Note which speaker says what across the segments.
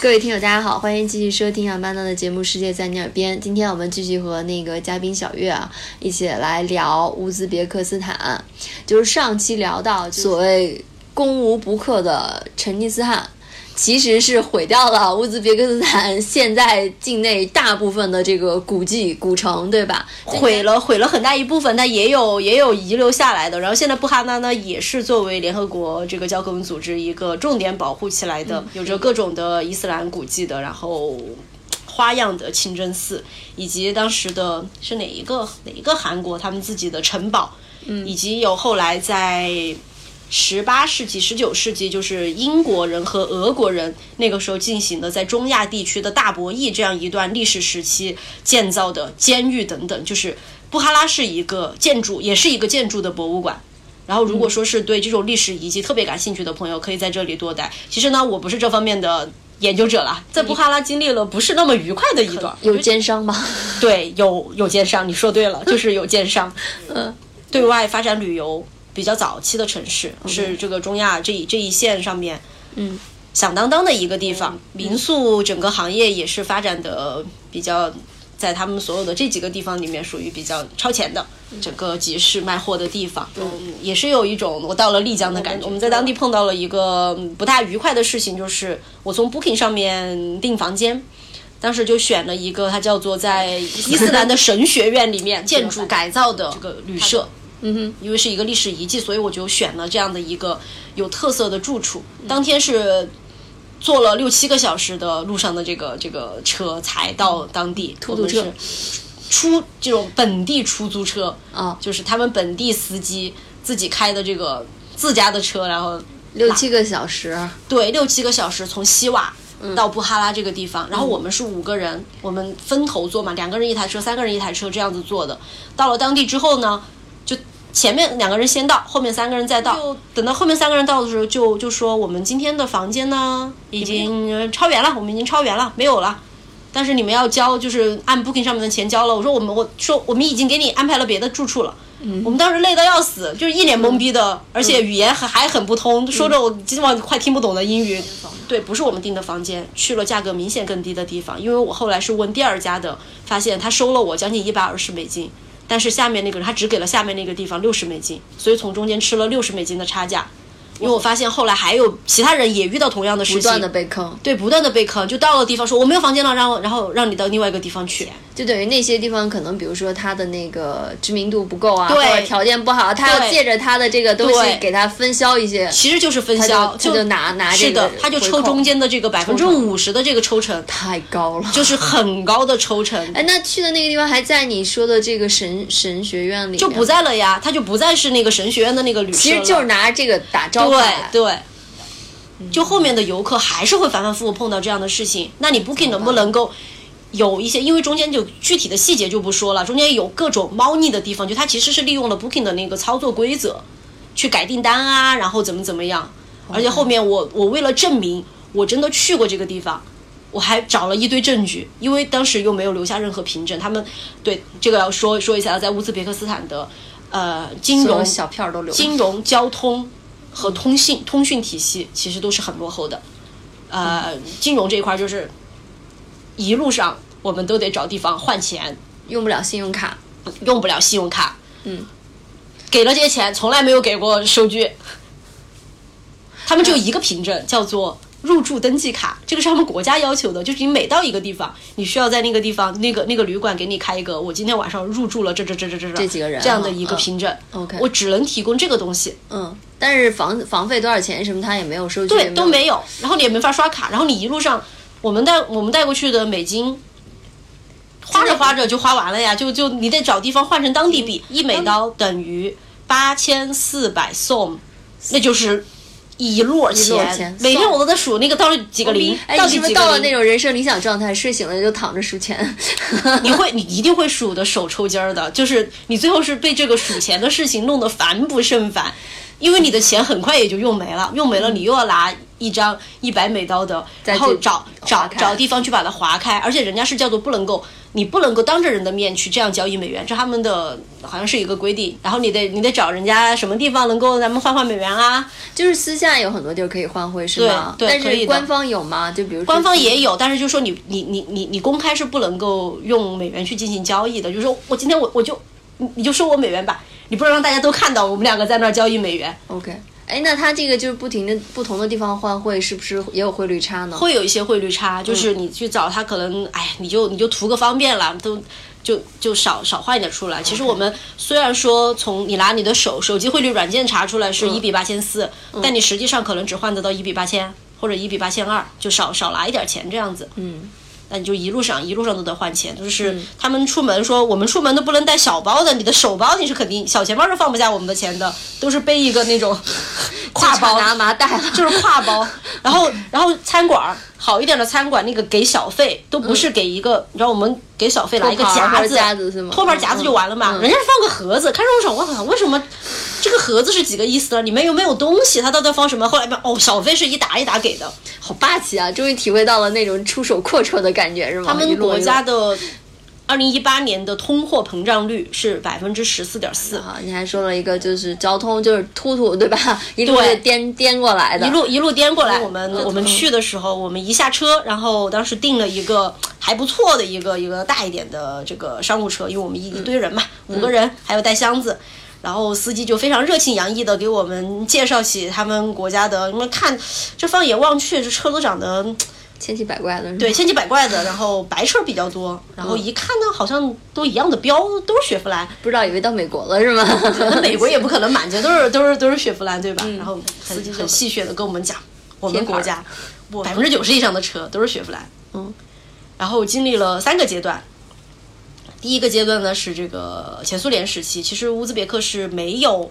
Speaker 1: 各位听友，大家好，欢迎继续收听杨曼娜的节目《世界在你耳边》。今天我们继续和那个嘉宾小月啊，一起来聊乌兹别克斯坦。就是上期聊到所谓攻无不克的成吉思汗，其实是毁掉了乌兹别克斯坦现在境内大部分的这个古迹、古城，对吧？
Speaker 2: 毁了毁了很大一部分，但也有也有遗留下来的。然后现在布哈纳呢，也是作为联合国这个教科文组织一个重点保护起来的，有着各种的伊斯兰古迹的，然后花样的清真寺，以及当时的是哪一个哪一个韩国他们自己的城堡，嗯，以及有后来在。十八世纪、十九世纪，就是英国人和俄国人那个时候进行的在中亚地区的大博弈这样一段历史时期建造的监狱等等，就是布哈拉是一个建筑，也是一个建筑的博物馆。然后，如果说是对这种历史遗迹特别感兴趣的朋友，可以在这里多待。其实呢，我不是这方面的研究者啦，在布哈拉经历了不是那么愉快的一段，
Speaker 1: 有奸商吧？
Speaker 2: 对，有有奸商，你说对了，就是有奸商。嗯，对外发展旅游。比较早期的城市是这个中亚这一这一线上面，嗯，响当当的一个地方。民宿整个行业也是发展的比较，在他们所有的这几个地方里面，属于比较超前的整个集市卖货的地方。嗯，也是有一种我到了丽江的感觉。我们在当地碰到了一个嗯不大愉快的事情，就是我从 Booking 上面订房间。当时就选了一个，它叫做在伊斯兰的神学院 里面建筑改造的这个旅社，
Speaker 1: 嗯哼，
Speaker 2: 因为是一个历史遗迹，所以我就选了这样的一个有特色的住处。
Speaker 1: 嗯
Speaker 2: 当天是坐了六七个小时的路上的这个这个车才到当地，
Speaker 1: 突突车，
Speaker 2: 出这种本地出租车
Speaker 1: 啊，
Speaker 2: 就是他们本地司机自己开的这个自家的车，然后
Speaker 1: 六七个小时，
Speaker 2: 对，六七个小时从西瓦。到布哈拉这个地方，然后我们是五个人，嗯、我们分头坐嘛，两个人一台车，三个人一台车这样子坐的。到了当地之后呢，就前面两个人先到，后面三个人再到。就等到后面三个人到的时候就，就就说我们今天的房间呢已经超员了，我们已经超员了，没有了。但是你们要交，就是按 Booking 上面的钱交了。我说我们，我说我们已经给你安排了别的住处了。
Speaker 1: 嗯、
Speaker 2: 我们当时累得要死，就是一脸懵逼的，嗯、而且语言还还很不通，嗯、说着我基本上快听不懂的英语。对，不是我们订的房间，去了价格明显更低的地方。因为我后来是问第二家的，发现他收了我将近一百二十美金，但是下面那个人他只给了下面那个地方六十美金，所以从中间吃了六十美金的差价。因为我发现后来还有其他人也遇到同样的事情，
Speaker 1: 不断的被坑，
Speaker 2: 对，不断的被坑，就到了地方说我没有房间了，然后然后让你到另外一个地方去，
Speaker 1: 就等于那些地方可能比如说它的那个知名度不够啊，
Speaker 2: 对，
Speaker 1: 条件不好，他要借着他的这个东西给他分销一些，
Speaker 2: 其实就是分销，
Speaker 1: 就
Speaker 2: 就
Speaker 1: 拿拿
Speaker 2: 是的，他就抽中间的这个百分之五十的这个抽成，
Speaker 1: 太高了，
Speaker 2: 就是很高的抽成。
Speaker 1: 哎，那去的那个地方还在你说的这个神神学院里，
Speaker 2: 就不在了呀，他就不再是那个神学院的那个旅社，
Speaker 1: 其实就是拿这个打招。啊
Speaker 2: 对对，就后面的游客还是会反反复复碰到这样的事情。那你 Booking 能不能够有一些？因为中间就具体的细节就不说了，中间有各种猫腻的地方，就它其实是利用了 Booking 的那个操作规则去改订单啊，然后怎么怎么样。
Speaker 1: 哦
Speaker 2: 而且后面我我为了证明我真的去过这个地方，我还找了一堆证据，因为当时又没有留下任何凭证。他们对这个要说说一下，在乌兹别克斯坦的呃金融
Speaker 1: 小票都留，
Speaker 2: 金融交通。和通信、通讯体系其实都是很落后的，呃，金融这一块就是一路上我们都得找地方换钱，
Speaker 1: 用不了信用卡，
Speaker 2: 用不了信用卡，
Speaker 1: 嗯，
Speaker 2: 给了这些钱从来没有给过收据，他们只有一个凭证，嗯、叫做入住登记卡，这个是他们国家要求的，就是你每到一个地方，你需要在那个地方那个那个旅馆给你开一个，我今天晚上入住了这这这这这
Speaker 1: 这几个人啊
Speaker 2: 这样的一个凭证、
Speaker 1: 嗯、，OK，
Speaker 2: 我只能提供这个东西，
Speaker 1: 嗯。但是房房费多少钱什么，他也没有收据，
Speaker 2: 对，都没有。然后你也没法刷卡，然后你一路上，我们带我们带过去的美金，花着花着就花完了呀，就就你得找地方换成当地币，一美刀等于八千四百 som，那就是一摞
Speaker 1: 钱。
Speaker 2: 每天我都在数那个到底几个零，
Speaker 1: 哎，
Speaker 2: 到
Speaker 1: 你是
Speaker 2: 不
Speaker 1: 是到了那种人生理想状态，睡醒了就躺着数钱？
Speaker 2: 你会，你一定会数的手抽筋儿的，就是你最后是被这个数钱的事情弄得烦不胜烦。因为你的钱很快也就用没了，用没了你又要拿一张一百美刀的，然后找找找地方去把它划开，而且人家是叫做不能够你不能够当着人的面去这样交易美元，这他们的好像是一个规定。然后你得你得找人家什么地方能够咱们换换美元啊？
Speaker 1: 就是私下有很多地儿可以换汇是吗？
Speaker 2: 对对
Speaker 1: 但
Speaker 2: 可以
Speaker 1: 是
Speaker 2: 的
Speaker 1: 官方有吗？就比如说
Speaker 2: 官方也有，但是就说你你你你你公开是不能够用美元去进行交易的，就是说我今天我我就你你就收我美元吧，你不能让大家都看到我们两个在那儿交易美元。
Speaker 1: OK。哎，那它这个就是不停的不同的地方换汇，是不是也有汇率差呢？
Speaker 2: 会有一些汇率差，就是你去找他，可能哎，你就你就图个方便啦，都就就少少换一点出来。其实我们虽然说从你拿你的手手机汇率软件查出来是一比八千四，但你实际上可能只换得到一比八千或者一比八千二，就少少拿一点钱这样子。
Speaker 1: 嗯，
Speaker 2: 那你就一路上一路上都得换钱，就是他们出门说我们出门都不能带小包的，你的手包你是肯定小钱包是放不下我们的钱的，都是背一个 那种挎
Speaker 1: 就差
Speaker 2: 包
Speaker 1: 拿麻袋了，
Speaker 2: 就是挎包。然后，然后餐馆儿好一点的餐馆，那个给小费都不是给一 个，你知道我们给小费拿一个
Speaker 1: 托盘儿或者
Speaker 2: 夹子，
Speaker 1: 夹子是吗嗯
Speaker 2: 托盘儿夹子就完了嘛。人家是放个盒子，开始我想，我操，为什么这个盒子是几个意思了？里面又没有东西，他到底放什么？后来发现哦，小费是一沓一沓给的。
Speaker 1: 好霸气啊！终于体会到了那种出手阔绰的感觉，是吗？
Speaker 2: 他
Speaker 1: 一
Speaker 2: 们
Speaker 1: 摞
Speaker 2: 国
Speaker 1: 一摞
Speaker 2: 家的二零一八年的通货膨胀率是百分之十四点四。
Speaker 1: 啊，你还说了一个就是交通，就是突突对吧？一路就
Speaker 2: 对
Speaker 1: 颠颠过来的，
Speaker 2: 一路一路颠过来。我们
Speaker 1: 嗯
Speaker 2: 我们去的时候，我们一下车，然后当时订了一个还不错的一个一个大一点的这个商务车，因为我们一一堆人嘛，五个人，还有带箱子。然后司机就非常热情洋溢的给我们介绍起他们国家的，因为看这放眼望去，这车都长得
Speaker 1: 千奇百怪的，是吧
Speaker 2: 对，千奇百怪的，然后白车比较多，然后一看呢，好像都一样的标，都是雪佛兰，
Speaker 1: 不知道以为到美国了是吗？
Speaker 2: 那美国也不可能满街都是都是都是雪佛兰对吧？
Speaker 1: 嗯
Speaker 2: 然后司机很戏谑的跟我们讲，我们国家百分之九十以上的车都是雪佛兰。
Speaker 1: 嗯，
Speaker 2: 然后经历了三个阶段。第一个阶段呢是这个前苏联时期，其实乌兹别克是没有，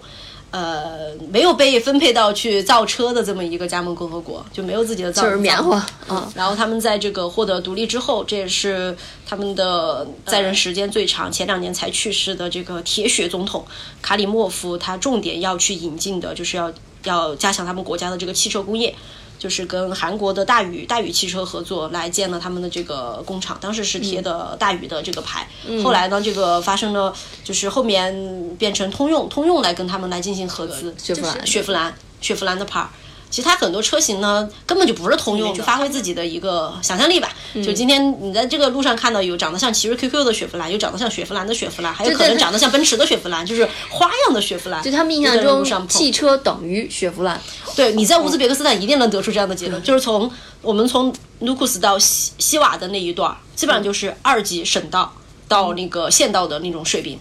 Speaker 2: 呃，没有被分配到去造车的这么一个加盟共和国，就没有自己的造
Speaker 1: 就是棉
Speaker 2: 造
Speaker 1: 花
Speaker 2: 嗯，然后他们在这个获得独立之后，这也是他们的在任时间最长，前两年才去世的这个铁血总统卡里莫夫，他重点要去引进的就是要要加强他们国家的这个汽车工业。就是跟韩国的大宇大宇汽车合作来建了他们的这个工厂，当时是贴的大宇的这个牌，后来呢，这个发生了，就是后面变成通用，通用来跟他们来进行合资，
Speaker 1: 雪佛兰
Speaker 2: 就是雪佛兰雪佛兰的牌儿。其他很多车型呢，根本就不是通用，就发挥自己的一个想象力吧。
Speaker 1: 嗯
Speaker 2: 就今天你在这个路上看到有长得像奇瑞 QQ 的雪佛兰，有长得像雪佛兰的雪佛兰，还有
Speaker 1: 就
Speaker 2: 可能
Speaker 1: 在
Speaker 2: 长得像奔驰的雪佛兰，就是花样的雪佛兰。
Speaker 1: 就他们印
Speaker 2: 就
Speaker 1: 象
Speaker 2: 在路上
Speaker 1: 中，
Speaker 2: 碰
Speaker 1: 汽车等于雪佛兰，
Speaker 2: 对，你在乌兹别克斯坦一定能得出这样的结
Speaker 1: 嗯
Speaker 2: 论，就是从我们从卢库斯到西西瓦的那一段儿，基本上就是二级省道到那个县道的那种水平。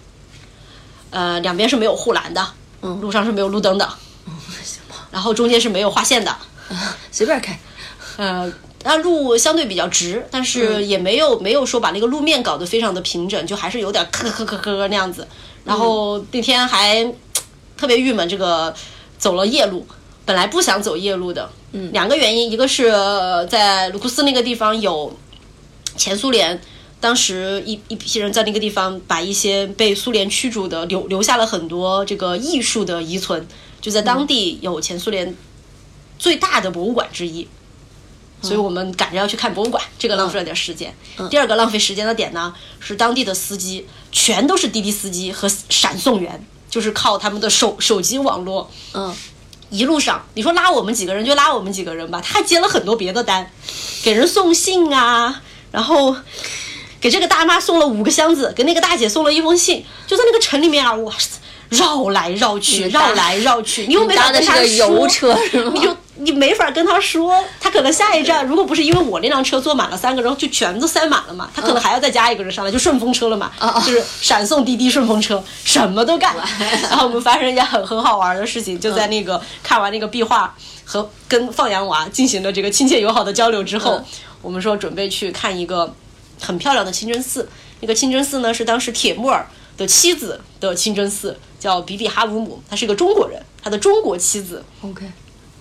Speaker 2: 呃，两边是没有护栏的，
Speaker 1: 嗯
Speaker 2: 路上是没有路灯的，
Speaker 1: 行吧，
Speaker 2: 然后中间是没有划线的，
Speaker 1: 随便开。
Speaker 2: 呃，那路相对比较直，但是也没有、没有说把那个路面搞得非常的平整，就还是有点磕磕磕磕磕那样子。然后那天还嘖特别郁闷，这个走了夜路，本来不想走夜路的，嗯，两个原因，一个是呃在卢库斯那个地方有前苏联。当时一一批人在那个地方把一些被苏联驱逐的留留下了很多这个艺术的遗存，就在当地有前苏联最大的博物馆之一。
Speaker 1: 嗯
Speaker 2: 所以我们赶着要去看博物馆，这个浪费了点时间。第二个浪费时间的点呢，是当地的司机全都是滴滴司机和闪送员，就是靠他们的手手机网络。
Speaker 1: 嗯，
Speaker 2: 一路上，你说拉我们几个人就拉我们几个人吧，他还接了很多别的单，给人送信啊，然后给这个大妈送了五个箱子，给那个大姐送了一封信，就在那个城里面啊，哇塞，绕来绕去，
Speaker 1: 你搭
Speaker 2: 绕来绕去，你又没
Speaker 1: 搭
Speaker 2: 法
Speaker 1: 的
Speaker 2: 跟
Speaker 1: 是
Speaker 2: 他
Speaker 1: 个油
Speaker 2: 说
Speaker 1: 车是吗
Speaker 2: 你？就你没法跟他说，他可能下一站如果不是因为我那辆车坐满了三个人，就全都塞满了嘛，他可能还要再加一个人上来，就顺风车了嘛，
Speaker 1: 哦
Speaker 2: 就是闪送滴滴顺风车，什么都干。然后我们发生一件很很好玩的事情，就在那个、看完那个壁画和跟放羊娃进行了这个亲切友好的交流之后，
Speaker 1: 嗯
Speaker 2: 我们说准备去看一个很漂亮的清真寺，那个清真寺呢是当时铁木尔的妻子的清真寺，叫比比哈鲁姆，他是一个中国人，他的中国妻子。
Speaker 1: OK，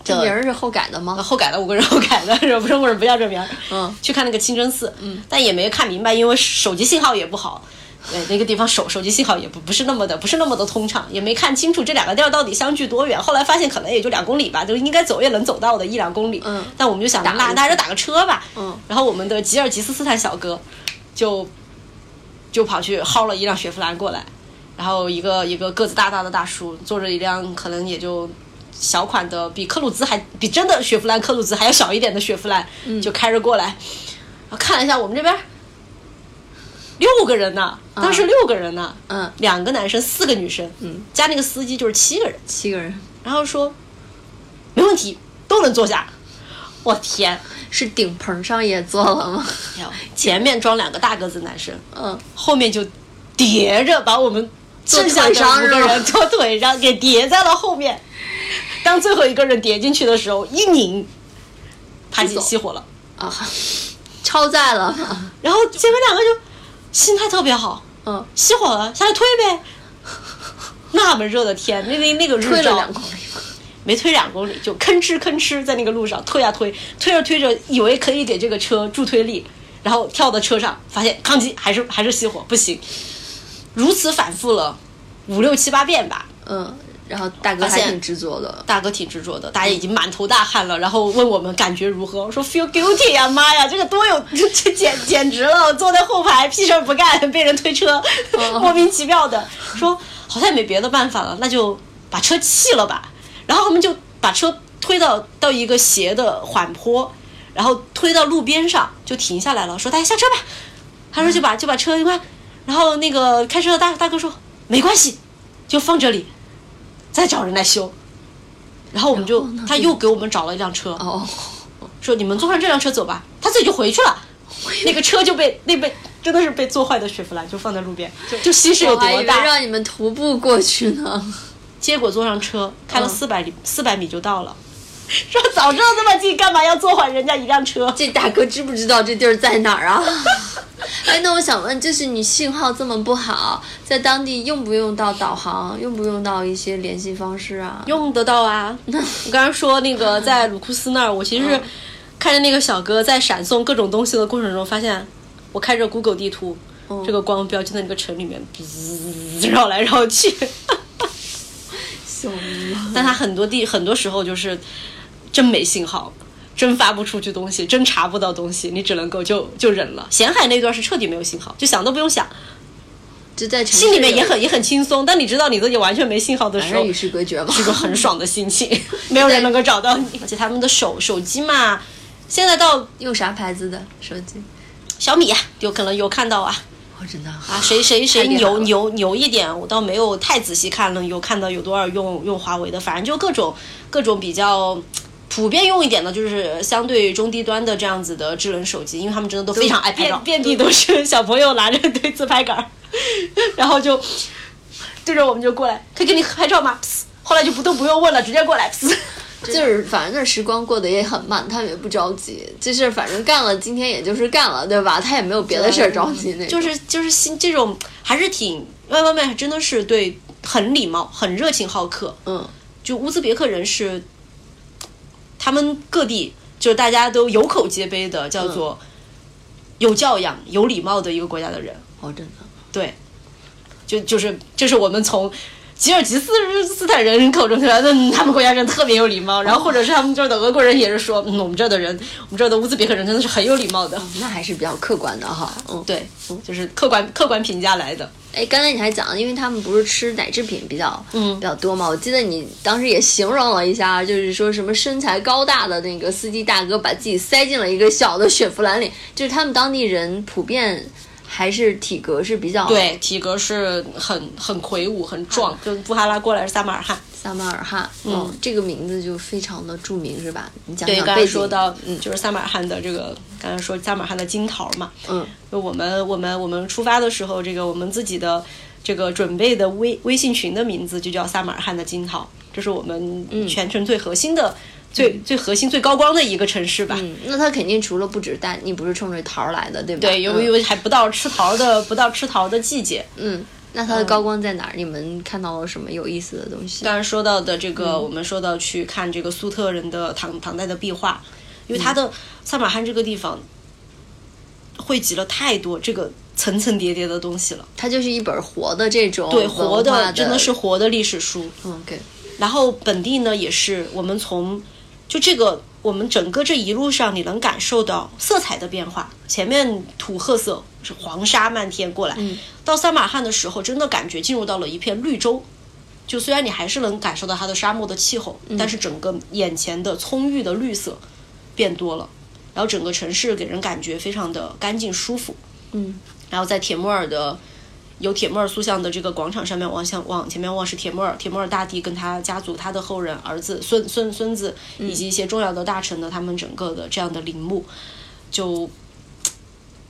Speaker 1: 这名儿是后改的吗？
Speaker 2: 后改的，五个人后改的，是不是我人不要这名儿？
Speaker 1: 嗯，
Speaker 2: 去看那个清真寺，嗯，但也没看明白，因为手机信号也不好，对，那个地方手手机信号也不不是那么的，不是那么的通畅，也没看清楚这两个地儿到底相距多远。后来发现可能也就两公里吧，就应该走也能走到的一两公里。
Speaker 1: 嗯
Speaker 2: 但我们就想，
Speaker 1: 打个
Speaker 2: 那那就打个车吧。
Speaker 1: 嗯，
Speaker 2: 然后我们的吉尔吉斯斯坦小哥就就跑去薅了一辆雪佛兰过来，然后一个一个个子大大的大叔坐着一辆可能也就小款的，比克鲁兹还比真的雪佛兰克鲁兹还要小一点的雪佛兰，
Speaker 1: 嗯
Speaker 2: 就开着过来，然后看了一下我们这边六个人呢，当时六个人呢，
Speaker 1: 嗯，
Speaker 2: 两个男生四个女生，
Speaker 1: 嗯，
Speaker 2: 加那个司机就是七个人，
Speaker 1: 七个人
Speaker 2: 然后说没问题，都能坐下。我天，
Speaker 1: 是顶棚上也坐了吗？
Speaker 2: 哎呦前面装两个大个子男生，
Speaker 1: 嗯，
Speaker 2: 后面就叠着把我们剩下的五个人 坐腿上给叠在了后面。当最后一个人叠进去的时候，一拧，啪叽熄火了。
Speaker 1: 啊，超载了 吗？
Speaker 2: 然后前面两个就心态特别好，
Speaker 1: 嗯，
Speaker 2: 熄火了下来推呗。那么热的天，那那那个日
Speaker 1: 退了
Speaker 2: 照
Speaker 1: 两公里吗。
Speaker 2: 没推两公里就吭哧吭哧在那个路上推呀、推，推着推着以为可以给这个车助推力，然后跳到车上发现抗击还是还是熄火不行，如此反复了五六七八遍吧。
Speaker 1: 嗯，然后大哥
Speaker 2: 发
Speaker 1: 还
Speaker 2: 现
Speaker 1: 挺执着的。
Speaker 2: 大哥挺执着的，大家已经满头大汗了，然后问我们感觉如何，我说 feel guilty 呀、妈呀，这个多有 这这简简直了！我坐在后排屁事儿不干，被人推车，莫名其妙的说好像也没别的办法了，那就把车弃了吧。然后他们就把车推到到一个斜的缓坡，然后推到路边上就停下来了，说大家下车吧。他说就把就把车一关，然后那个开车的大大哥说没关系，就放这里，再找人来修。然后我们就
Speaker 1: 然后呢
Speaker 2: 他又给我们找了一辆车，
Speaker 1: 哦，
Speaker 2: 说你们坐上这辆车走吧，他自己就回去了。那个车就被那被真的是被坐坏的雪佛兰就放在路边，就就稀释有
Speaker 1: 我还以
Speaker 2: 多
Speaker 1: 为
Speaker 2: 大。
Speaker 1: 让你们徒步过去呢。
Speaker 2: 结果坐上车开了
Speaker 1: 嗯
Speaker 2: 四百里四百米就到了， 说早知道这么近，干嘛要坐坏人家一辆车？
Speaker 1: 这大哥知不知道这地儿在哪儿啊？ 哎，那我想问，就是你信号这么不好，在当地用不用到导航，用不用到一些联系方式啊？
Speaker 2: 用得到 啊！我刚刚说那个在鲁库斯那儿，我其实是看着那个小哥在闪送各种东西的过程中，发现我开着 Google 地图，
Speaker 1: 嗯
Speaker 2: 这个光标就在那个城里面滋绕来绕去。
Speaker 1: 行了，
Speaker 2: 但他很多地很多时候就是真没信号，真发不出去东西，真查不到东西，你只能够就就忍了。咸海那段是彻底没有信号，就想都不用想，
Speaker 1: 就在城市
Speaker 2: 心里面也很也很轻松。但你知道你自己完全没信号的
Speaker 1: 反
Speaker 2: 时候
Speaker 1: 正，与世隔绝吧。
Speaker 2: 是个 很爽的心情，没有人能够找到你。而且他们的手手机嘛，现在到
Speaker 1: 用啥牌子的手机？
Speaker 2: 小米啊，有可能有看到啊
Speaker 1: 我知道
Speaker 2: 啊，谁谁谁
Speaker 1: 太厉害
Speaker 2: 牛
Speaker 1: 了
Speaker 2: 牛牛一点，我倒没有太仔细看了，有看到有多少用用华为的，反正就各种各种比较。普遍用一点的，就是相对中低端的这样子的智能手机，因为他们真的都非常爱拍照，遍地都是 小朋友拿着一堆自拍杆儿，然后就对着我们就过来，可以给你拍照吗？噗后来就不都不用问了，直接过来。噗
Speaker 1: 就是反正那时光过得也很慢，他们也不着急，这事儿反正干了，今天也就是干了，对吧？他也没有别的事儿着急那种。
Speaker 2: 就是就是心这种还是挺外卖外卖真的是对很礼貌、很热情好客。
Speaker 1: 嗯，
Speaker 2: 就乌兹别克人是他们各地就是大家都有口皆碑的，叫做有教养、有礼貌的一个国家的人。
Speaker 1: 哦，真的。
Speaker 2: 对，就就是这是我们从。吉尔吉斯斯坦人口中得来的，嗯他们国家人特别有礼貌，然后或者是他们这儿的俄国人也是说，嗯，我们这儿的人，我们这儿的乌兹别克人真的是很有礼貌的，
Speaker 1: 那还是比较客观的哈，嗯，
Speaker 2: 对，就是客观客观评价来的。
Speaker 1: 哎，刚才你还讲了，因为他们不是吃奶制品比较
Speaker 2: 嗯
Speaker 1: 比较多嘛，我记得你当时也形容了一下，就是说什么身材高大的那个司机大哥把自己塞进了一个小的雪佛兰里，就是他们当地人普遍还是体格是比较
Speaker 2: 对，体格是很很魁梧、很
Speaker 1: 嗯
Speaker 2: 壮，就布哈拉过来是撒马尔罕。
Speaker 1: 撒马尔罕，嗯、这个名字就非常的著名是吧？你讲
Speaker 2: 对，
Speaker 1: 讲
Speaker 2: 刚
Speaker 1: 背
Speaker 2: 才
Speaker 1: 景。
Speaker 2: 说到
Speaker 1: 嗯
Speaker 2: 就是撒马尔罕的这个，刚才说撒马尔罕的金桃嘛，
Speaker 1: 嗯
Speaker 2: 就我们我们我们出发的时候，这个我们自己的这个准备的微微信群的名字就叫撒马尔罕的金桃，这是我
Speaker 1: 嗯
Speaker 2: 们全程最核心的、最最核心、最高光的一个城市吧。
Speaker 1: 嗯，那他肯定除了不止带，你不是冲着桃儿来的对吧？
Speaker 2: 对，由于嗯还不到吃桃的不到吃桃的季节，
Speaker 1: 嗯。嗯那它的高光在哪儿？你们看到了什么有意思的东西？
Speaker 2: 刚才说到的这
Speaker 1: 嗯
Speaker 2: 个，我们说到去看这个粟特人的唐唐代的壁画，因为它的萨马罕这个地方汇集了太多这个层层叠叠的东西了，
Speaker 1: 它就是一本活的这种
Speaker 2: 对，活
Speaker 1: 哦文化的，
Speaker 2: 真的是活的历史书。
Speaker 1: 嗯，对，
Speaker 2: 然后本地呢，也是我们从就这个我们整个这一路上，你能感受到色彩的变化。前面土褐色黄沙漫天过来。
Speaker 1: 嗯
Speaker 2: 到撒马罕的时候，真的感觉进入到了一片绿洲。就虽然你还是能感受到它的沙漠的气候，但是整个眼前的葱郁的绿色变多了，然后整个城市给人感觉非常的干净舒服。
Speaker 1: 嗯
Speaker 2: 然后在铁木尔的有铁木尔塑像的这个广场上面往向往前面望是铁木尔，铁木尔大帝跟他家族、他的后人、儿子、孙孙孙子以及一些重要的大臣的他们整个的这样的陵墓，就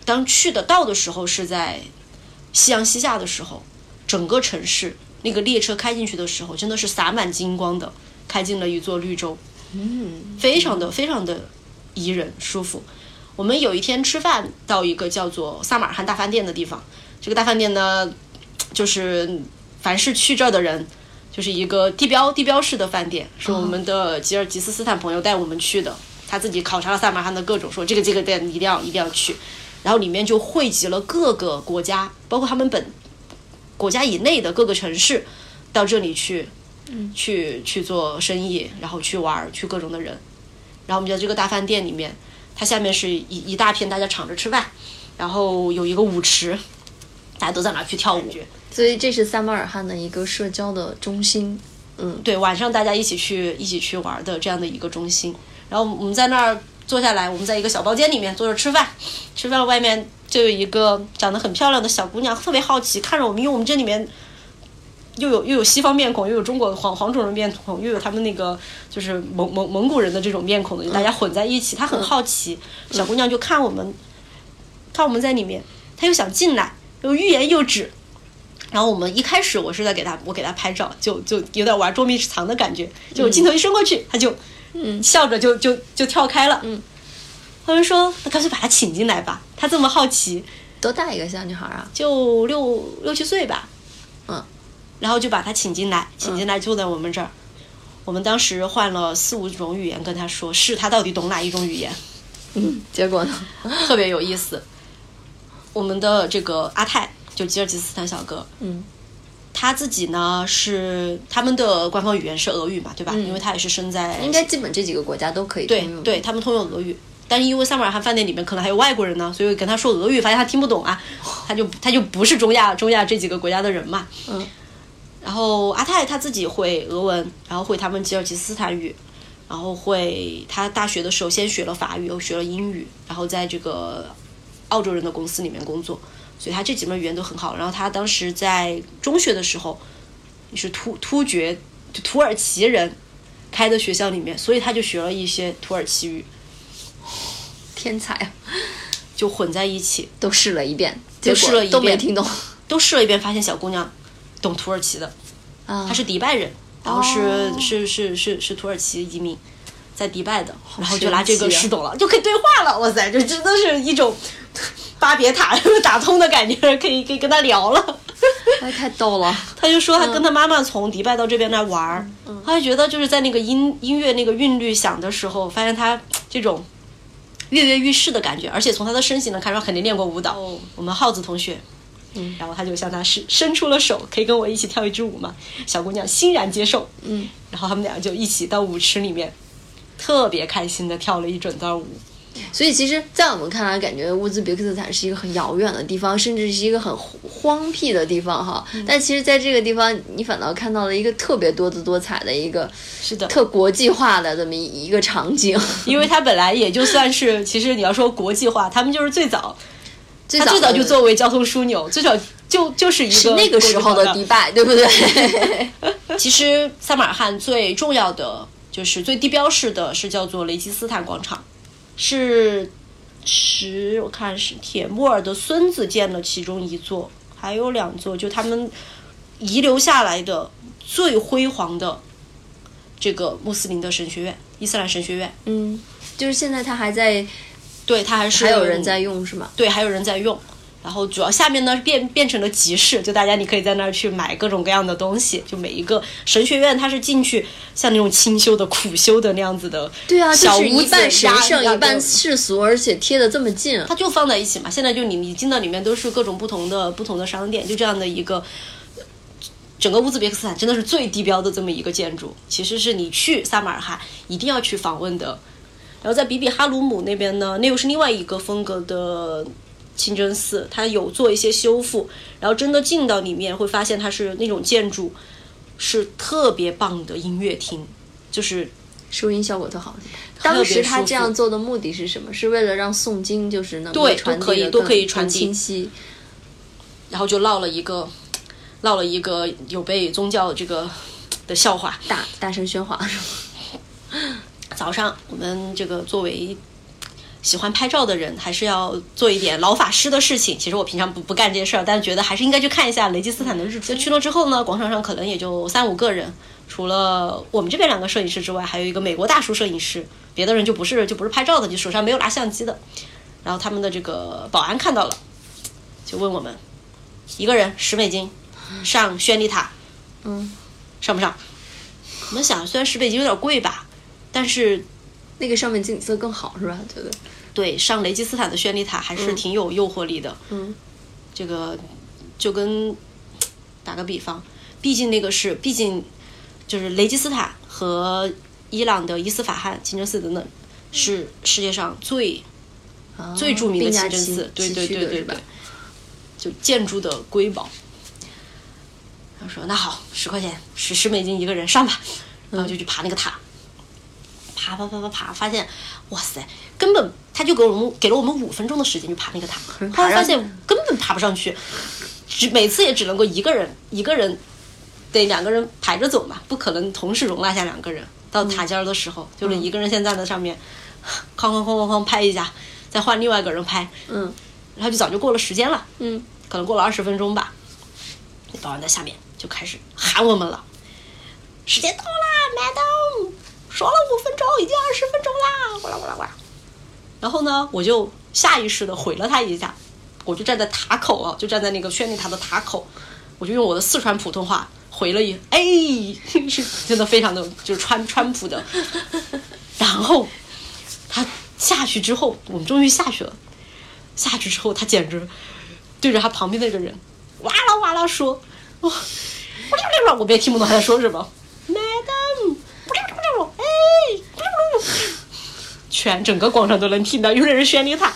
Speaker 2: 当去得到的时候是在夕阳西下的时候，整个城市那个列车开进去的时候真的是洒满金光的，开进了一座绿洲。
Speaker 1: 嗯
Speaker 2: 非常的非常的宜人舒服。我们有一天吃饭到一个叫做萨马尔罕大饭店的地方，这个大饭店呢，就是凡是去这儿的人，就是一个地标地标式的饭店，是我们的吉尔吉斯斯坦朋友带我们去的，他自己考察了萨马尔罕的各种，说这个这个店一定要一定要去，然后里面就汇集了各个国家，包括他们本国家以内的各个城市，到这里去去去做生意，然后去玩儿，去各种的人。然后我们就在这个大饭店里面，它下面是一一大片大家敞着吃饭，然后有一个舞池，大家都在那儿去跳舞。
Speaker 1: 所以这是撒马尔罕的一个社交的中心。嗯，
Speaker 2: 对，晚上大家一起去一起去玩的这样的一个中心。然后我们在那儿坐下来，我们在一个小包间里面坐着吃饭，吃饭了外面就有一个长得很漂亮的小姑娘，特别好奇看着我们，因为我们这里面又有又有西方面孔，又有中国黄黄种人面孔，又有他们那个就是蒙蒙蒙古人的这种面孔的，大家混在一起，她很好奇，小姑娘就看我们，看我们在里面，她又想进来，又欲言又止。然后我们一开始我是在给她，我给她拍照，就就有点玩捉迷藏的感觉，就我镜头一伸过去，她就
Speaker 1: 嗯
Speaker 2: 笑着就就就跳开了。
Speaker 1: 嗯，
Speaker 2: 他们说那干脆把她请进来吧，她这么好奇，
Speaker 1: 多大一个小女孩啊？
Speaker 2: 就六六七岁吧，
Speaker 1: 嗯，
Speaker 2: 然后就把她请进来，请进来坐在我们这儿。我们当时换了四五种语言跟她说，是她到底懂哪一种语言，
Speaker 1: 嗯，结果呢？
Speaker 2: 特别有意思。我们的这个阿泰，就吉尔吉斯斯坦小哥，
Speaker 1: 嗯
Speaker 2: 他自己呢是他们的官方语言是俄语嘛，对吧？
Speaker 1: 嗯
Speaker 2: 因为他也是生在
Speaker 1: 应该基本这几个国家都可以
Speaker 2: 对
Speaker 1: 通用
Speaker 2: 对，他们通用俄语。但是因为萨马尔罕饭店里面可能还有外国人呢，所以跟他说俄语，发现他听不懂 啊，他就他就不是中亚中亚这几个国家的人嘛。
Speaker 1: 嗯。
Speaker 2: 然后阿泰他自己会俄文，然后会他们吉尔吉斯斯坦语，然后会他大学的时候先学了法语，又学了英语，然后在这个澳洲人的公司里面工作，所以他这几门语言都很好。然后他当时在中学的时候是突突厥就土耳其人开的学校里面，所以他就学了一些土耳其语，
Speaker 1: 天才啊
Speaker 2: 就混在一起，
Speaker 1: 都试了一遍，
Speaker 2: 都
Speaker 1: 结
Speaker 2: 试了
Speaker 1: 果
Speaker 2: 一
Speaker 1: 都没
Speaker 2: 遍
Speaker 1: 听懂
Speaker 2: 都试了一遍，发现小姑娘懂土耳其的，
Speaker 1: 啊
Speaker 2: 她是迪拜人，然后是、
Speaker 1: 哦
Speaker 2: 是是是是土耳其移民，在迪拜的，然后
Speaker 1: 神
Speaker 2: 就拿这个
Speaker 1: 奇啊
Speaker 2: 试懂了，就可以对话了。哇塞，这真的是一种 巴别塔 打通的感觉，可以可以跟他聊了。
Speaker 1: 哎太逗了，
Speaker 2: 他就说他跟他妈妈从迪拜到这边来玩儿，他就觉得就是在那个音音乐那个韵律响的时候，发现他这种嗯跃跃欲试的感觉，而且从他的身形能看出他肯定练过舞蹈。我们耗子同学。
Speaker 1: 嗯
Speaker 2: 然后他就向他伸伸出了手，可以跟我一起跳一支舞吗？小姑娘欣然接受，
Speaker 1: 嗯，
Speaker 2: 然后他们俩就一起到舞池里面，特别开心的跳了一整段舞。
Speaker 1: 所以其实，在我们看来，感觉乌兹别克斯坦是一个很遥远的地方，甚至是一个很荒僻的地方哈。
Speaker 2: 嗯
Speaker 1: 但其实，在这个地方，你反倒看到了一个特别多姿多彩的一个
Speaker 2: 是的，
Speaker 1: 特国际化的这么一个场景。
Speaker 2: 因为他本来也就算是，其实你要说国际化，他们就是最早
Speaker 1: 最
Speaker 2: 它
Speaker 1: 早
Speaker 2: 最早就
Speaker 1: 的
Speaker 2: 作为交通枢纽，最早就就是一
Speaker 1: 是
Speaker 2: 个
Speaker 1: 那个时候的
Speaker 2: 国际
Speaker 1: 迪拜，对不对？
Speaker 2: 化的。其实萨马尔罕最重要的就是最地标式的是叫做雷吉斯坦广场，是十我看是铁木尔的孙子建了其中一座，还有两座就他们遗留下来的最辉煌的这个穆斯林的神学院，伊斯兰神学院。
Speaker 1: 嗯，就是现在它还在，
Speaker 2: 对，它还是
Speaker 1: 还有人在用是吗？
Speaker 2: 对，还有人在用。然后主要下面呢变变成了集市，就大家你可以在那儿去买各种各样的东西。就每一个神学院，它是进去像那种清修的、苦修的那样子的，
Speaker 1: 对啊，就
Speaker 2: 小
Speaker 1: 是
Speaker 2: 屋
Speaker 1: 一
Speaker 2: 子
Speaker 1: 半神
Speaker 2: 压
Speaker 1: 圣，
Speaker 2: 压
Speaker 1: 一半
Speaker 2: 的
Speaker 1: 世俗，而且贴的这么近。啊
Speaker 2: 它就放在一起嘛。现在就你你进到里面都是各种不同的不同的商店，就这样的一个。整个乌兹别克斯坦真的是最地标的这么一个建筑，其实是你去撒马尔罕一定要去访问的。然后在比比哈鲁姆那边呢，那又是另外一个风格的清真寺，它有做一些修复，然后真的进到里面会发现它是那种建筑是特别棒的音乐厅，就是
Speaker 1: 收音效果特好。
Speaker 2: 别
Speaker 1: 当时他
Speaker 2: 舒服
Speaker 1: 这样做的目的是什么？是为了让诵经就是能够
Speaker 2: 对
Speaker 1: 传递
Speaker 2: 都可以
Speaker 1: 得
Speaker 2: 都
Speaker 1: 更
Speaker 2: 可以传
Speaker 1: 更
Speaker 2: 递
Speaker 1: 清晰。
Speaker 2: 然后就唠了一个唠了一个有被宗教这个的笑话，
Speaker 1: 大大声喧哗，
Speaker 2: 早上我们这个作为喜欢拍照的人，还是要做一点老法师的事情。其实我平常不不干这些事儿，但是觉得还是应该去看一下雷吉斯坦的日出。去了之后呢，广场上可能也就三五个人，除了我们这边两个摄影师之外，还有一个美国大叔摄影师，别的人就不是就不是拍照的，就手上没有拿相机的。然后他们的这个保安看到了，就问我们一个人十美金上宣礼塔
Speaker 1: 嗯，
Speaker 2: 上不上？我们想，虽然十美金有点贵吧，但是
Speaker 1: 那个上面景色更好是吧？觉得，
Speaker 2: 对，上雷吉斯坦的宣礼塔还是挺有诱惑力的。
Speaker 1: 嗯，
Speaker 2: 这个就跟打个比方，毕竟那个是，毕竟就是雷吉斯坦和伊朗的伊斯法罕、清真寺等等，是世界上最
Speaker 1: 啊
Speaker 2: 嗯最著名的
Speaker 1: 并
Speaker 2: 清
Speaker 1: 驾
Speaker 2: 真
Speaker 1: 齐
Speaker 2: 寺，对
Speaker 1: 齐
Speaker 2: 对
Speaker 1: 驱
Speaker 2: 对
Speaker 1: 的
Speaker 2: 对
Speaker 1: 是吧
Speaker 2: 对，就建筑的瑰宝。然后说那好，十块钱，十十美金一个人上吧，然后就去爬那个塔，爬爬爬爬爬，发现哇塞，根本他就给我们给了我们五分钟的时间去爬那个塔，后来发现根本爬不上去，只每次也只能够一个人一个人得两个人排着走嘛，不可能同时容纳下两个人。到塔尖儿的时候，就是一个人先站在上面，哐哐哐哐哐拍一下，再换另外一个人拍，
Speaker 1: 嗯
Speaker 2: 然后就早就过了时间了，
Speaker 1: 嗯，
Speaker 2: 可能过了二十分钟吧。那保安在下面就开始喊我们了，时间到啦，madam，说了五分钟，已经二十分钟啦，呱啦呱啦呱啦。然后呢，我就下意识的回了他一下，我就站在塔口啊，就站在那个宣礼塔的塔口，我就用我的四川普通话回了一哎， 是真的非常的就是川川普的。然后他下去之后，我们终于下去了。下去之后，他简直对着他旁边那个人哇啦哇啦说，哇，我我我也听不懂他在说什么，madam，哎，全整个广场都能听到，有人宣礼塔。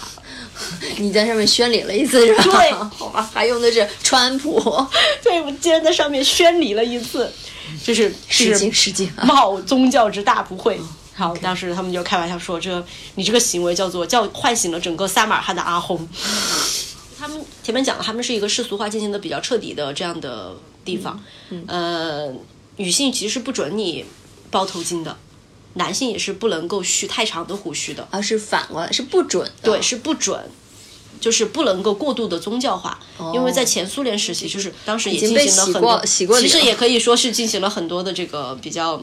Speaker 1: 你在上面宣礼了一次是吧？
Speaker 2: 对
Speaker 1: 好吧，还用的是川普，
Speaker 2: 对，我竟然在上面宣礼了一次，就是
Speaker 1: 失
Speaker 2: 是
Speaker 1: 敬失敬啊！
Speaker 2: 冒宗教之大不讳。好，当时他们就开玩笑说，这你这个行为叫做叫唤醒了整个撒马尔罕的阿訇。他们前面讲了，他们是一个世俗化进行的比较彻底的这样的地方。呃，女性其实不准你包头巾的，男性也是不能够蓄太长的胡须的。
Speaker 1: 啊，是反过来，是不准的。
Speaker 2: 对，是不准，就是不能够过度的宗教化，因为在前苏联时期，就是当时也
Speaker 1: 哦经
Speaker 2: 进
Speaker 1: 被
Speaker 2: 行了
Speaker 1: 洗
Speaker 2: 很
Speaker 1: 过
Speaker 2: 多，
Speaker 1: 洗过
Speaker 2: 其
Speaker 1: 礼
Speaker 2: 实
Speaker 1: 了
Speaker 2: 也可以说是进行了很多的这个比较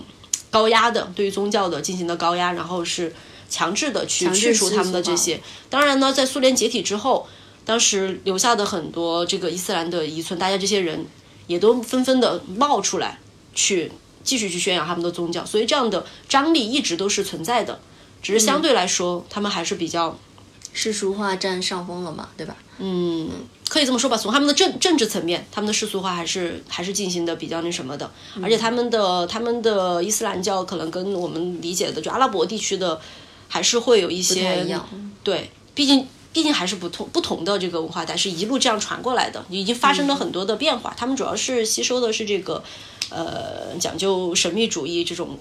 Speaker 2: 高压的对于宗教的进行的高压，然后是强制的去
Speaker 1: 强制啊
Speaker 2: 去除
Speaker 1: 世
Speaker 2: 他们的
Speaker 1: 俗
Speaker 2: 这
Speaker 1: 化
Speaker 2: 些。当然呢，在苏联解体之后，当时留下的很多这个伊斯兰的遗存，大家这些人也都纷纷的冒出来去。继续去宣扬他们的宗教，所以这样的张力一直都是存在的，只是
Speaker 1: 嗯
Speaker 2: 相对来说，他们还是比较
Speaker 1: 世俗化占上风了嘛，对吧？
Speaker 2: 嗯可以这么说吧，从他们的政政治层面，他们的世俗化还是还是进行的比较那什么的，而且他们的他们的伊斯兰教可能跟我们理解的就阿拉伯地区的还是会有一
Speaker 1: 不太
Speaker 2: 些
Speaker 1: 一样。
Speaker 2: 对，毕竟毕竟还是不同不同的这个文化带是一路这样传过来的，已经发生了很多的变化。他们主要是吸收的是这个呃讲究神秘主义这种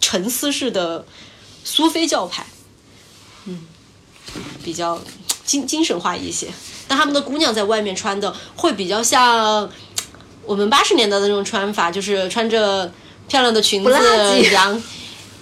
Speaker 2: 沉思式的苏菲教派，嗯，比较精精神化一些。但他们的姑娘在外面穿的会比较像我们八十年代的那种穿法，就是穿着漂亮的裙
Speaker 1: 不
Speaker 2: 子
Speaker 1: 拉几、
Speaker 2: 凉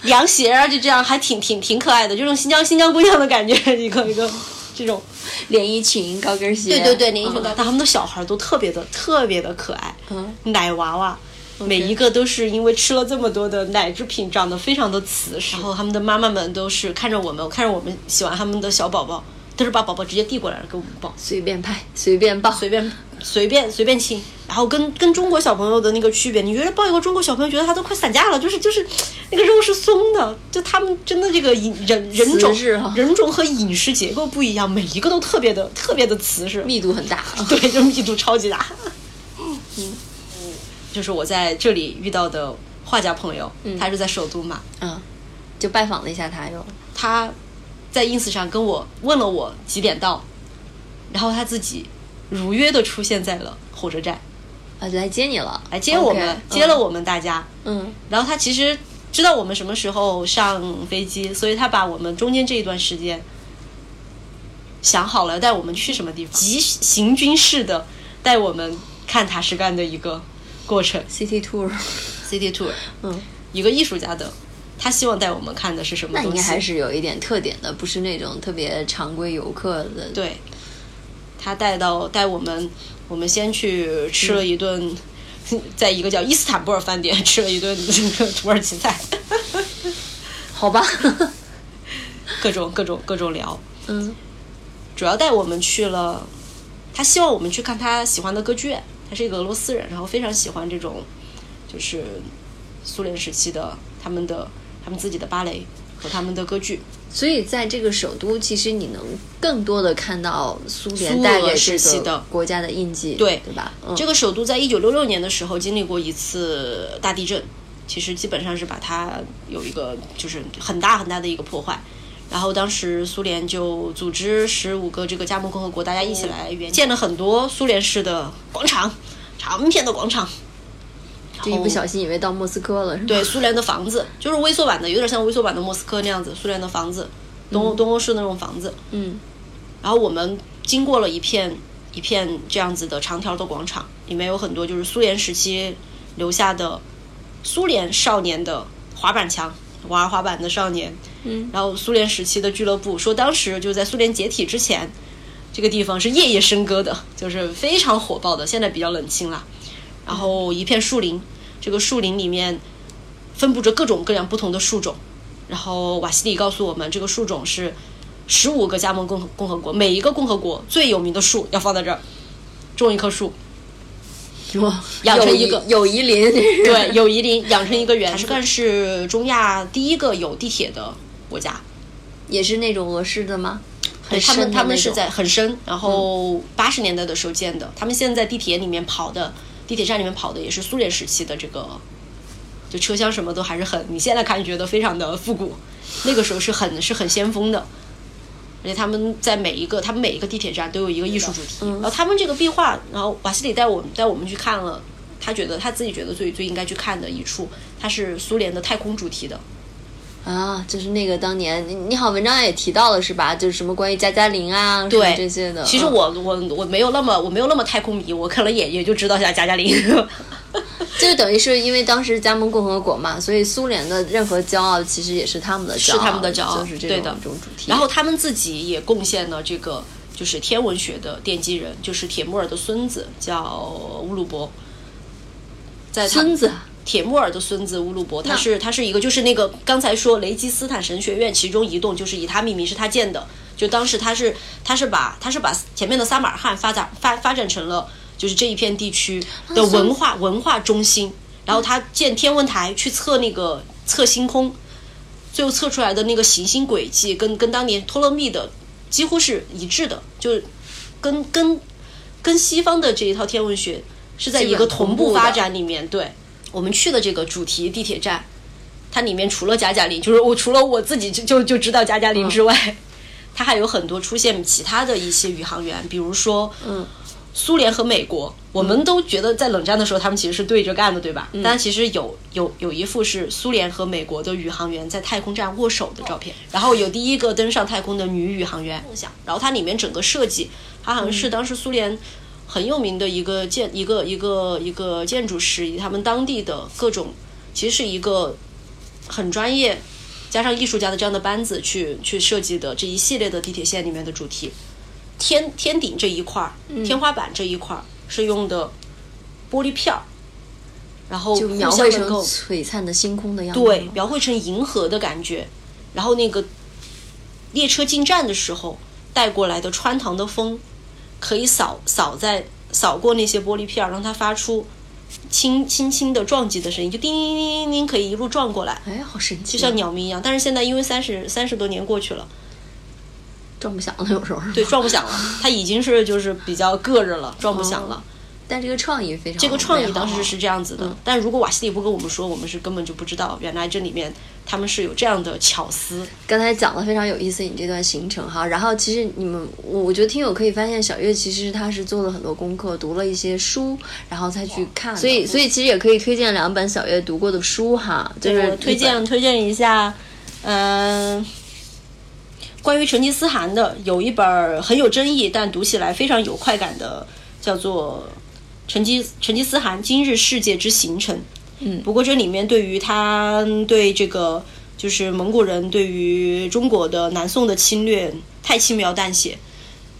Speaker 2: 凉鞋啊，就这样，还挺挺挺可爱的，就这种新疆新疆姑娘的感觉，一个一个这种。
Speaker 1: 连衣裙、高跟鞋，
Speaker 2: 对对对，连衣裙
Speaker 1: 嗯
Speaker 2: 的，但他们的小孩儿都特别的特别的可爱，
Speaker 1: 嗯
Speaker 2: 奶娃娃。每一个都是因为吃了这么多的奶制品，长得非常的瓷实。然后他们的妈妈们都是看着我们，看着我们喜欢他们的小宝宝，都是把宝宝直接递过来了给我们抱。
Speaker 1: 随便拍，随便抱，
Speaker 2: 随便随便随便亲，然后跟跟中国小朋友的那个区别，你觉得抱一个中国小朋友，觉得他都快散架了，就是就是那个肉是松的，就他们真的这个饮人人种
Speaker 1: 瓷实哈
Speaker 2: 人种和饮食结构不一样，每一个都特别的特别的瓷实，
Speaker 1: 密度很大。啊
Speaker 2: 对，就密度超级大。嗯，就是我在这里遇到的画家朋友，他是在首都嘛，
Speaker 1: 嗯，就拜访了一下他又。
Speaker 2: 他在 ins 上跟我问了我几点到，然后他自己如约的出现在了火车站，
Speaker 1: 啊，来接你了，
Speaker 2: 来接我们
Speaker 1: OK，
Speaker 2: 接了我们大家。
Speaker 1: 嗯，
Speaker 2: 然后他其实知道我们什么时候上飞机，所以他把我们中间这一段时间想好了带我们去什么地方，急行军式的带我们看塔什干的一个过程
Speaker 1: c t tour，
Speaker 2: ，City Tour，
Speaker 1: 嗯，
Speaker 2: 一个艺术家的，他希望带我们看的是什么
Speaker 1: 那
Speaker 2: 东西？
Speaker 1: 应该还是有一点特点的，不是那种特别常规游客的。，
Speaker 2: 对，他带到带我们，我们先去吃了一顿， 在一个叫伊斯坦布尔饭店吃了一顿这个土耳其菜，
Speaker 1: 好吧，
Speaker 2: 各种各种各种聊，
Speaker 1: 嗯
Speaker 2: 主要带我们去了，他希望我们去看他喜欢的歌剧院，他是一个俄罗斯人，然后非常喜欢这种就是苏联时期的他们的他们自己的芭蕾和他们的歌剧。
Speaker 1: 所以在这个首都，其实你能更多的看到苏
Speaker 2: 苏
Speaker 1: 联
Speaker 2: 俄
Speaker 1: 带给
Speaker 2: 时
Speaker 1: 这
Speaker 2: 期
Speaker 1: 个
Speaker 2: 的
Speaker 1: 国家的印记，
Speaker 2: 对
Speaker 1: 对吧？嗯，
Speaker 2: 这个首都在一九六六年的时候经历过一次大地震，其实基本上是把它有一个就是很大很大的一个破坏。然后当时苏联就组织十五个这个加盟共和国，大家一起来援建了很多苏联式的广场，长片的广场。
Speaker 1: 就一不小心以为到莫斯科了，是吧？
Speaker 2: 对，苏联的房子就是微缩版的，有点像微缩版的莫斯科那样子，苏联的房子，东欧、东欧式那种房子。
Speaker 1: 嗯，
Speaker 2: 然后我们经过了一片一片这样子的长条的广场，里面有很多就是苏联时期留下的苏联少年的滑板墙，玩滑板的少年。
Speaker 1: 嗯，
Speaker 2: 然后苏联时期的俱乐部说，当时就是在苏联解体之前，这个地方是夜夜笙歌的，就是非常火爆的。现在比较冷清了。然后一片树林，这个树林里面分布着各种各样不同的树种。然后瓦西里告诉我们，这个树种是十五个加盟共和共和国，每一个共和国最有名的树要放在这儿，种一棵树，
Speaker 1: 哇，
Speaker 2: 养成
Speaker 1: 友
Speaker 2: 一
Speaker 1: 谊
Speaker 2: 个
Speaker 1: 友谊林，
Speaker 2: 对，友谊林养成一 个园。塔什干是中亚第一个有地铁的国家，
Speaker 1: 也是那种俄式的吗？很
Speaker 2: 他们
Speaker 1: 深的
Speaker 2: 他们
Speaker 1: 那
Speaker 2: 是
Speaker 1: 种嗯
Speaker 2: 在很深，然后八十年代的时候建的，他们现在在地铁里面跑的，地铁站里面跑的也是苏联时期的这个，就车厢什么都还是很，你现在看觉得非常的复古，那个时候是很是很先锋的，而且他们在每一个他们每一个地铁站都有一个艺术主题，
Speaker 1: 嗯
Speaker 2: 然后他们这个壁画，然后瓦西里带我们带我们去看了，他觉得他自己觉得最最应该去看的一处，它是苏联的太空主题的，
Speaker 1: 啊，就是那个当年你你好文章也提到了是吧？就是什么关于加加林啊，什么
Speaker 2: 对
Speaker 1: 这些的。
Speaker 2: 其实
Speaker 1: 嗯
Speaker 2: 我我我没有那么我没有那么太空迷，我可能也也就知道一下加加林。
Speaker 1: 啊就是等于是因为当时加盟共和国嘛，所以苏联的任何骄傲其实也是他们的骄傲，
Speaker 2: 是他们的骄傲
Speaker 1: 就是这
Speaker 2: 对
Speaker 1: 种
Speaker 2: 的
Speaker 1: 这种主题。
Speaker 2: 然后他们自己也贡献了这个，就是天文学的奠基人，就是铁木尔的孙子叫乌鲁伯，在他
Speaker 1: 孙子
Speaker 2: 铁木尔的孙子乌鲁伯，他
Speaker 1: 那
Speaker 2: 是他是一个就是那个刚才说雷吉斯坦神学院其中一栋就是以他命名，是他建的。就当时他是他是把他是把前面的撒马尔罕发展发发展成了就是这一片地区的文化文化中心，然后他建天文台去测那个测星空，最后测出来的那个行星轨迹跟跟当年托勒密的几乎是一致的，就是跟跟跟西方的这一套天文学是在一个同步发展里面。对，我们去的这个主题地铁站，它里面除了加加林，就是我除了我自己就就就知道加加林之外， 它还有很多出现其他的一些宇航员，比如说
Speaker 1: 嗯，
Speaker 2: 苏联和美国，我们都觉得在冷战的时候他们其实是对着干的，对吧？但其实有有有一幅是苏联和美国的宇航员在太空站握手的照片，然后有第一个登上太空的女宇航员，然后它里面整个设计，它好像是当时苏联。很有名的一个建一个一个一个建筑师，以他们当地的各种，其实是一个很专业，加上艺术家的这样的班子去去设计的这一系列的地铁线里面的主题。天天顶这一块儿，
Speaker 1: 嗯
Speaker 2: 天花板这一块儿是用的玻璃片儿，然后
Speaker 1: 就
Speaker 2: 哦互
Speaker 1: 描
Speaker 2: 相
Speaker 1: 绘成
Speaker 2: 能够
Speaker 1: 璀璨的星空的样子。
Speaker 2: 对，描绘成银河的感觉。然后那个列车进站的时候带过来的穿堂的风，可以扫扫在扫过那些玻璃片儿，让它发出轻轻轻的撞击的声音，就叮叮叮叮叮，可以一路撞过来，
Speaker 1: 哎，好神奇啊，
Speaker 2: 就像鸟鸣一样。但是现在因为三十三十多年过去了，
Speaker 1: 撞不响了，有时候。
Speaker 2: 对，撞不响了，它已经是就是比较个人了，撞不响了。
Speaker 1: 但这个创意非常
Speaker 2: 这个创意当
Speaker 1: 嗯美好啊嗯
Speaker 2: 时是这样子的，但如果瓦西里不跟我们说，我们是根本就不知道，原来这里面他们是有这样的巧思。
Speaker 1: 刚才讲的非常有意思，你这段行程哈。然后其实你们，我我觉得听友可以发现，小月其实她是做了很多功课，读了一些书，然后再去看的。所以，所以其实也可以推荐两本小月读过的书哈，就
Speaker 2: 对
Speaker 1: 是
Speaker 2: 我推
Speaker 1: 一
Speaker 2: 荐
Speaker 1: 本
Speaker 2: 推荐一下，嗯、关于成吉思汗的有一本儿很有争议，但读起来非常有快感的，叫做《成吉成吉思汗今日世界之形成》。
Speaker 1: 嗯
Speaker 2: 不过这里面对于他对这个就是蒙古人对于中国的南宋的侵略太轻描淡写，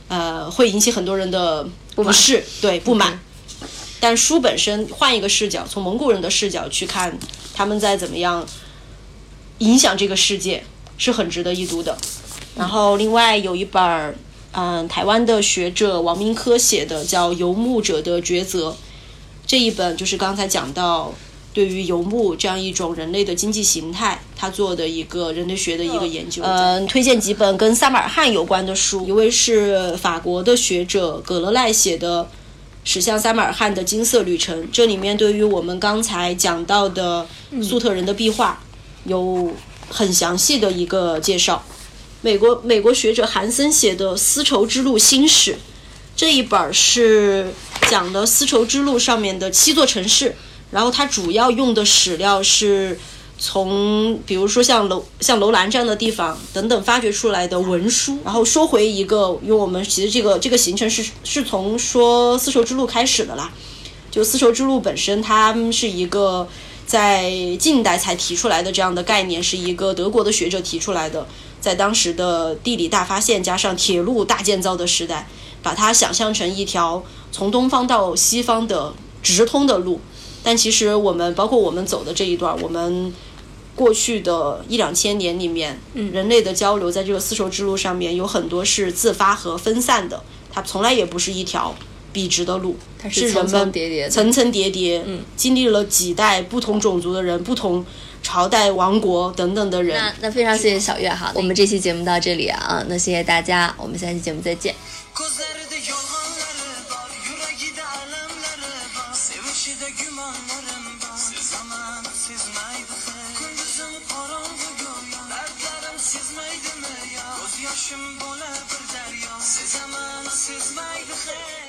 Speaker 2: 呃，会引起很多人的不
Speaker 1: 满
Speaker 2: 适，对不满。但书本身换一个视角，从蒙古人的视角去看他们在怎么样影响这个世界，是很值得一读的。然后另外有一本儿，嗯，台湾的学者王明科写的叫《游牧者的抉择》，这一本就是刚才讲到对于游牧这样一种人类的经济形态，他做的一个人类学的一个研究。嗯，推荐几本跟撒马尔罕有关的书，一位是法国的学者葛勒赖写的《驶向撒马尔罕的金色旅程》，这里面对于我们刚才讲到的粟特人的壁画有很详细的一个介绍。美国美国学者韩森写的《丝绸之路新史》，这一本儿是讲的丝绸之路上面的七座城市，然后它主要用的史料是从比如说像楼像楼兰这样的地方等等发掘出来的文书。然后说回一个，因为我们其实这个这个行程是是从说丝绸之路开始的啦，就丝绸之路本身，它是一个在近代才提出来的这样的概念，是一个德国的学者提出来的，在当时的地理大发现加上铁路大建造的时代，把它想象成一条从东方到西方的直通的路。但其实我们包括我们走的这一段，我们过去的一两千年里面，
Speaker 1: 嗯
Speaker 2: 人类的交流在这个丝绸之路上面有很多是自发和分散的，它从来也不是一条笔直的路，它
Speaker 1: 是层
Speaker 2: 人
Speaker 1: 层
Speaker 2: 们
Speaker 1: 叠叠的嗯
Speaker 2: 层层叠叠，经历了几代不同种族的人、不同朝代、王国等等的人，
Speaker 1: 那那非常谢谢小月哈，我们这期节目到这里啊，那谢谢大家，我们下期节目再见。
Speaker 3: Gözlerde yalanları var, yüreği de alemleri var. Sevişi de gümanlarım var. Zaman sizmeydi xeyr. Gündüzüm qorong'u go'yo. Dardlarim sizmaydimi yo? Göz yoshim bo'la bir daryo. Sezaman, sezmaydi xeyr.